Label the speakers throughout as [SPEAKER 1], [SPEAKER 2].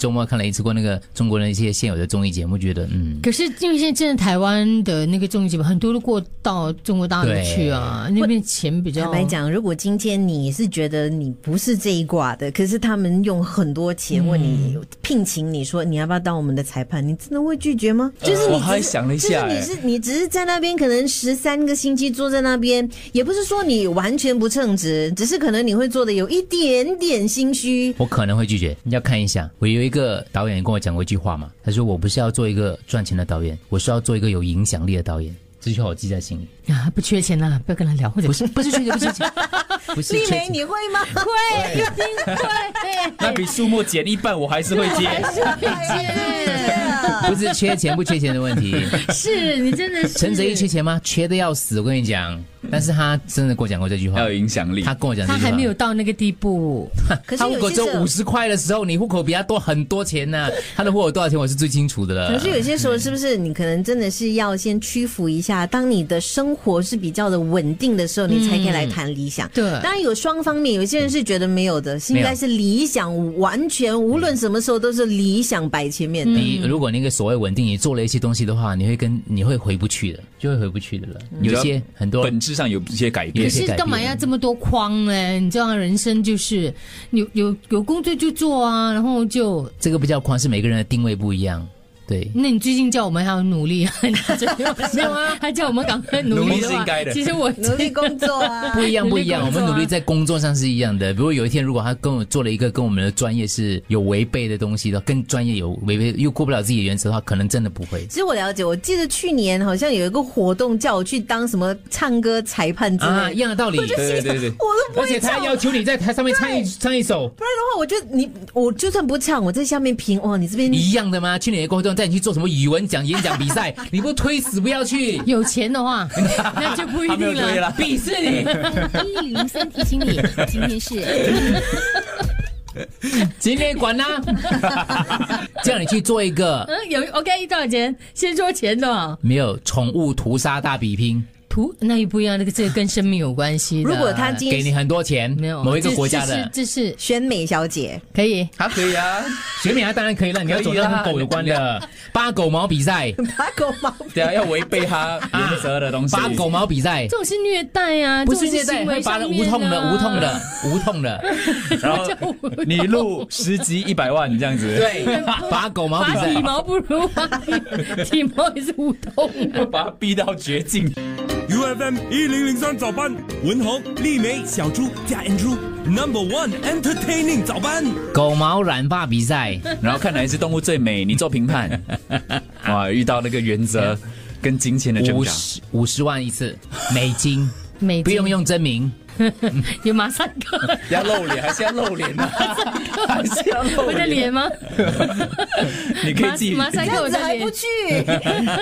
[SPEAKER 1] 周末看了一次过那个中国的一些现有的综艺节目，觉得嗯，
[SPEAKER 2] 可是因为现在真的台湾的那个综艺节目很多都过到中国大陆去啊，那边钱比较
[SPEAKER 3] 坦白讲，如果今天你是觉得你不是这一挂的，可是他们用很多钱问你、
[SPEAKER 4] 嗯
[SPEAKER 3] 聘请你说你要不要当我们的裁判，你真的会拒绝吗？就是你
[SPEAKER 4] 哦我还
[SPEAKER 3] 只是
[SPEAKER 4] 想了一下
[SPEAKER 3] 就是
[SPEAKER 4] 哎
[SPEAKER 3] 你是你只是在那边可能十三个星期坐在那边，也不是说你完全不称职，只是可能你会做的有一点点心虚。
[SPEAKER 1] 我可能会拒绝，要看一下。我有一个导演跟我讲过一句话嘛，他说我不是要做一个赚钱的导演，我是要做一个有影响力的导演。这句话我记在心里，
[SPEAKER 2] 啊，不缺钱啊，不要跟他聊，或者
[SPEAKER 1] 不是不是缺钱，不是缺钱， 不是
[SPEAKER 3] 丽
[SPEAKER 1] 缺
[SPEAKER 3] 梅，
[SPEAKER 1] 钱。
[SPEAKER 3] 你会 吗？
[SPEAKER 2] 会 一定会，
[SPEAKER 4] 那比数目减一半，我 还是会接。
[SPEAKER 1] 不是缺钱不缺钱的问题，
[SPEAKER 2] 是你真的是
[SPEAKER 1] 陈泽一缺钱吗？缺的要死，我跟你讲。但是他真的跟我讲过这句话
[SPEAKER 4] 要，有影响力，
[SPEAKER 1] 他跟我讲这
[SPEAKER 2] 他
[SPEAKER 1] 句话，
[SPEAKER 2] 还没有到那个地步，
[SPEAKER 3] 可是
[SPEAKER 1] 他户口
[SPEAKER 3] 有
[SPEAKER 1] 只有
[SPEAKER 3] 些时候
[SPEAKER 1] 五。十块的时候，你户口比他多很多钱呢、他的户口多少钱，我是最清楚的了。
[SPEAKER 3] 可是有些时候，是不是你可能真的是要先屈服一下？当你的生活是比较的稳定的时候，你才可以来谈理想。
[SPEAKER 2] 对
[SPEAKER 3] 当然有双方面，有些人是觉得没有的，是应
[SPEAKER 1] 没有
[SPEAKER 3] 该是理想完全无论什么时候都是理想摆前面的。
[SPEAKER 1] 你如果那个所谓稳定，你做了一些东西的话，你会跟你会回不去的，就会回不去的了。有
[SPEAKER 4] 你知
[SPEAKER 1] 些
[SPEAKER 4] 道
[SPEAKER 1] 很多
[SPEAKER 4] 本质上有一些改
[SPEAKER 1] 也
[SPEAKER 2] 可
[SPEAKER 4] 变
[SPEAKER 1] 有。些
[SPEAKER 2] 是
[SPEAKER 1] 改变
[SPEAKER 2] 干嘛要这么多框呢？你知道，人生就是有有有工作就做啊，然后就
[SPEAKER 1] 这个不叫框，是每个人的定位不一样。对，
[SPEAKER 2] 那你最近叫我们还要努力啊？ 你最近没有啊？还叫我们赶快努力
[SPEAKER 4] 努力是
[SPEAKER 2] 话
[SPEAKER 4] 应该的
[SPEAKER 2] 其实我
[SPEAKER 3] 努力工作 啊，
[SPEAKER 1] 不一样，
[SPEAKER 2] 努
[SPEAKER 1] 不
[SPEAKER 2] 力
[SPEAKER 1] 一样。我
[SPEAKER 2] 工作
[SPEAKER 1] 们
[SPEAKER 2] 啊
[SPEAKER 1] 努力在工作上是一样的。比如有一天，如果他跟我做了一个跟我们的专业是有违背的东西的，跟专业有违背，又过不了自己的原则的话，可能真的不会。
[SPEAKER 3] 其实我了解，我记得去年好像有一个活动叫我去当什么唱歌裁判之类的，
[SPEAKER 1] 啊，一 样的道理。
[SPEAKER 4] 对对对对，
[SPEAKER 3] 我都不
[SPEAKER 1] 而
[SPEAKER 3] 会
[SPEAKER 1] 且
[SPEAKER 3] 唱。
[SPEAKER 1] 他要求你在台上面唱一唱一首
[SPEAKER 3] 不然的话，我就你我就算不唱，我在下面评哇，你这边
[SPEAKER 1] 一样的吗？去年的活动带你去做什么语文奖、演讲比赛，你不推死不要去。
[SPEAKER 2] 有钱的话，那就不一
[SPEAKER 4] 他没有
[SPEAKER 2] 定
[SPEAKER 4] 推
[SPEAKER 2] 了
[SPEAKER 4] 啦。
[SPEAKER 1] 鄙视你！
[SPEAKER 5] 一零三提醒你，今天是
[SPEAKER 1] 今天管啦、 叫你去做一个
[SPEAKER 2] 嗯，有 OK 多少钱？先说钱多少？
[SPEAKER 1] 没有宠物屠杀大比拼，
[SPEAKER 2] 图那也不一样，那个这个跟生命有关系的。
[SPEAKER 3] 如果他今
[SPEAKER 1] 给你很多钱，
[SPEAKER 2] 没有
[SPEAKER 1] 某一个国家的
[SPEAKER 2] 这这是这是
[SPEAKER 3] 选美小姐。
[SPEAKER 2] 可以。
[SPEAKER 4] 他可以啊，
[SPEAKER 1] 选美，它当然可以了。你要走到
[SPEAKER 2] 啊
[SPEAKER 1] 跟狗有关的八狗毛比赛，
[SPEAKER 3] 打狗毛
[SPEAKER 4] 对啊，要违背他原则的东西。
[SPEAKER 1] 八狗毛比赛
[SPEAKER 2] 这种是虐待啊，
[SPEAKER 1] 不是虐
[SPEAKER 2] 这种
[SPEAKER 1] 待，
[SPEAKER 2] 行为
[SPEAKER 1] 会
[SPEAKER 2] 上
[SPEAKER 1] 罚
[SPEAKER 2] 面
[SPEAKER 1] 的
[SPEAKER 2] 啊
[SPEAKER 1] 无痛的、无痛。的、无痛 的。
[SPEAKER 4] 然后你录十集一百万这样子，
[SPEAKER 1] 对，八狗毛比
[SPEAKER 2] 拔
[SPEAKER 1] 赛
[SPEAKER 2] 体。毛不如拔体毛也是无痛的。
[SPEAKER 4] 把他逼到绝境。
[SPEAKER 6] U F M 一零零三早班，文宏、丽梅、小猪加 Andrew Number One Entertaining 早班。
[SPEAKER 1] 狗毛染发比赛，
[SPEAKER 4] 然后看哪一只动物最美，你做评判。 哇，遇到那个原则跟金钱的挣
[SPEAKER 1] 五
[SPEAKER 4] 扎，
[SPEAKER 1] 十五十万一次，美金，
[SPEAKER 2] 美金
[SPEAKER 1] 不用用真名。
[SPEAKER 2] 有马三哥，
[SPEAKER 4] 要露脸还是要露脸啊呢、 还是要露啊
[SPEAKER 2] 我的脸吗？
[SPEAKER 4] 你可以
[SPEAKER 2] 马
[SPEAKER 4] 自己，
[SPEAKER 2] 马三
[SPEAKER 3] 这
[SPEAKER 2] 哥，
[SPEAKER 3] 样
[SPEAKER 2] 我
[SPEAKER 3] 子
[SPEAKER 2] 的
[SPEAKER 3] 还不
[SPEAKER 2] 脸。
[SPEAKER 3] 去，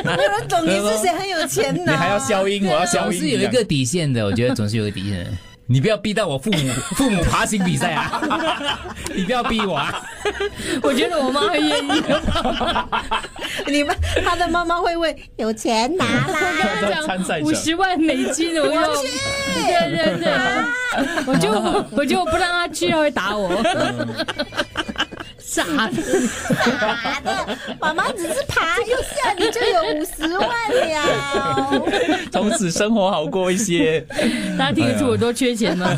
[SPEAKER 3] 没有人懂你是谁，很有钱
[SPEAKER 4] 你
[SPEAKER 3] 呐、
[SPEAKER 4] 还要消音，我要消
[SPEAKER 1] 总
[SPEAKER 4] 音。
[SPEAKER 1] 是有一个底线的，我觉得总是有一个底线的。 你不要逼到我父母父母爬行比赛 啊！你不要逼我啊！
[SPEAKER 2] 我觉得我妈会愿意。
[SPEAKER 3] 你们他的妈妈会问有钱拿啦，
[SPEAKER 2] 跟他
[SPEAKER 4] 参赛
[SPEAKER 2] 讲
[SPEAKER 4] 者
[SPEAKER 2] 五十万美金，我就对对对，我就我就不让他去，他会打我。
[SPEAKER 4] 嗯
[SPEAKER 2] 傻子，
[SPEAKER 3] 妈妈只是爬一下你就有五十万了。
[SPEAKER 4] 从此生活好过一些。
[SPEAKER 2] 大家听得出我多缺钱吗？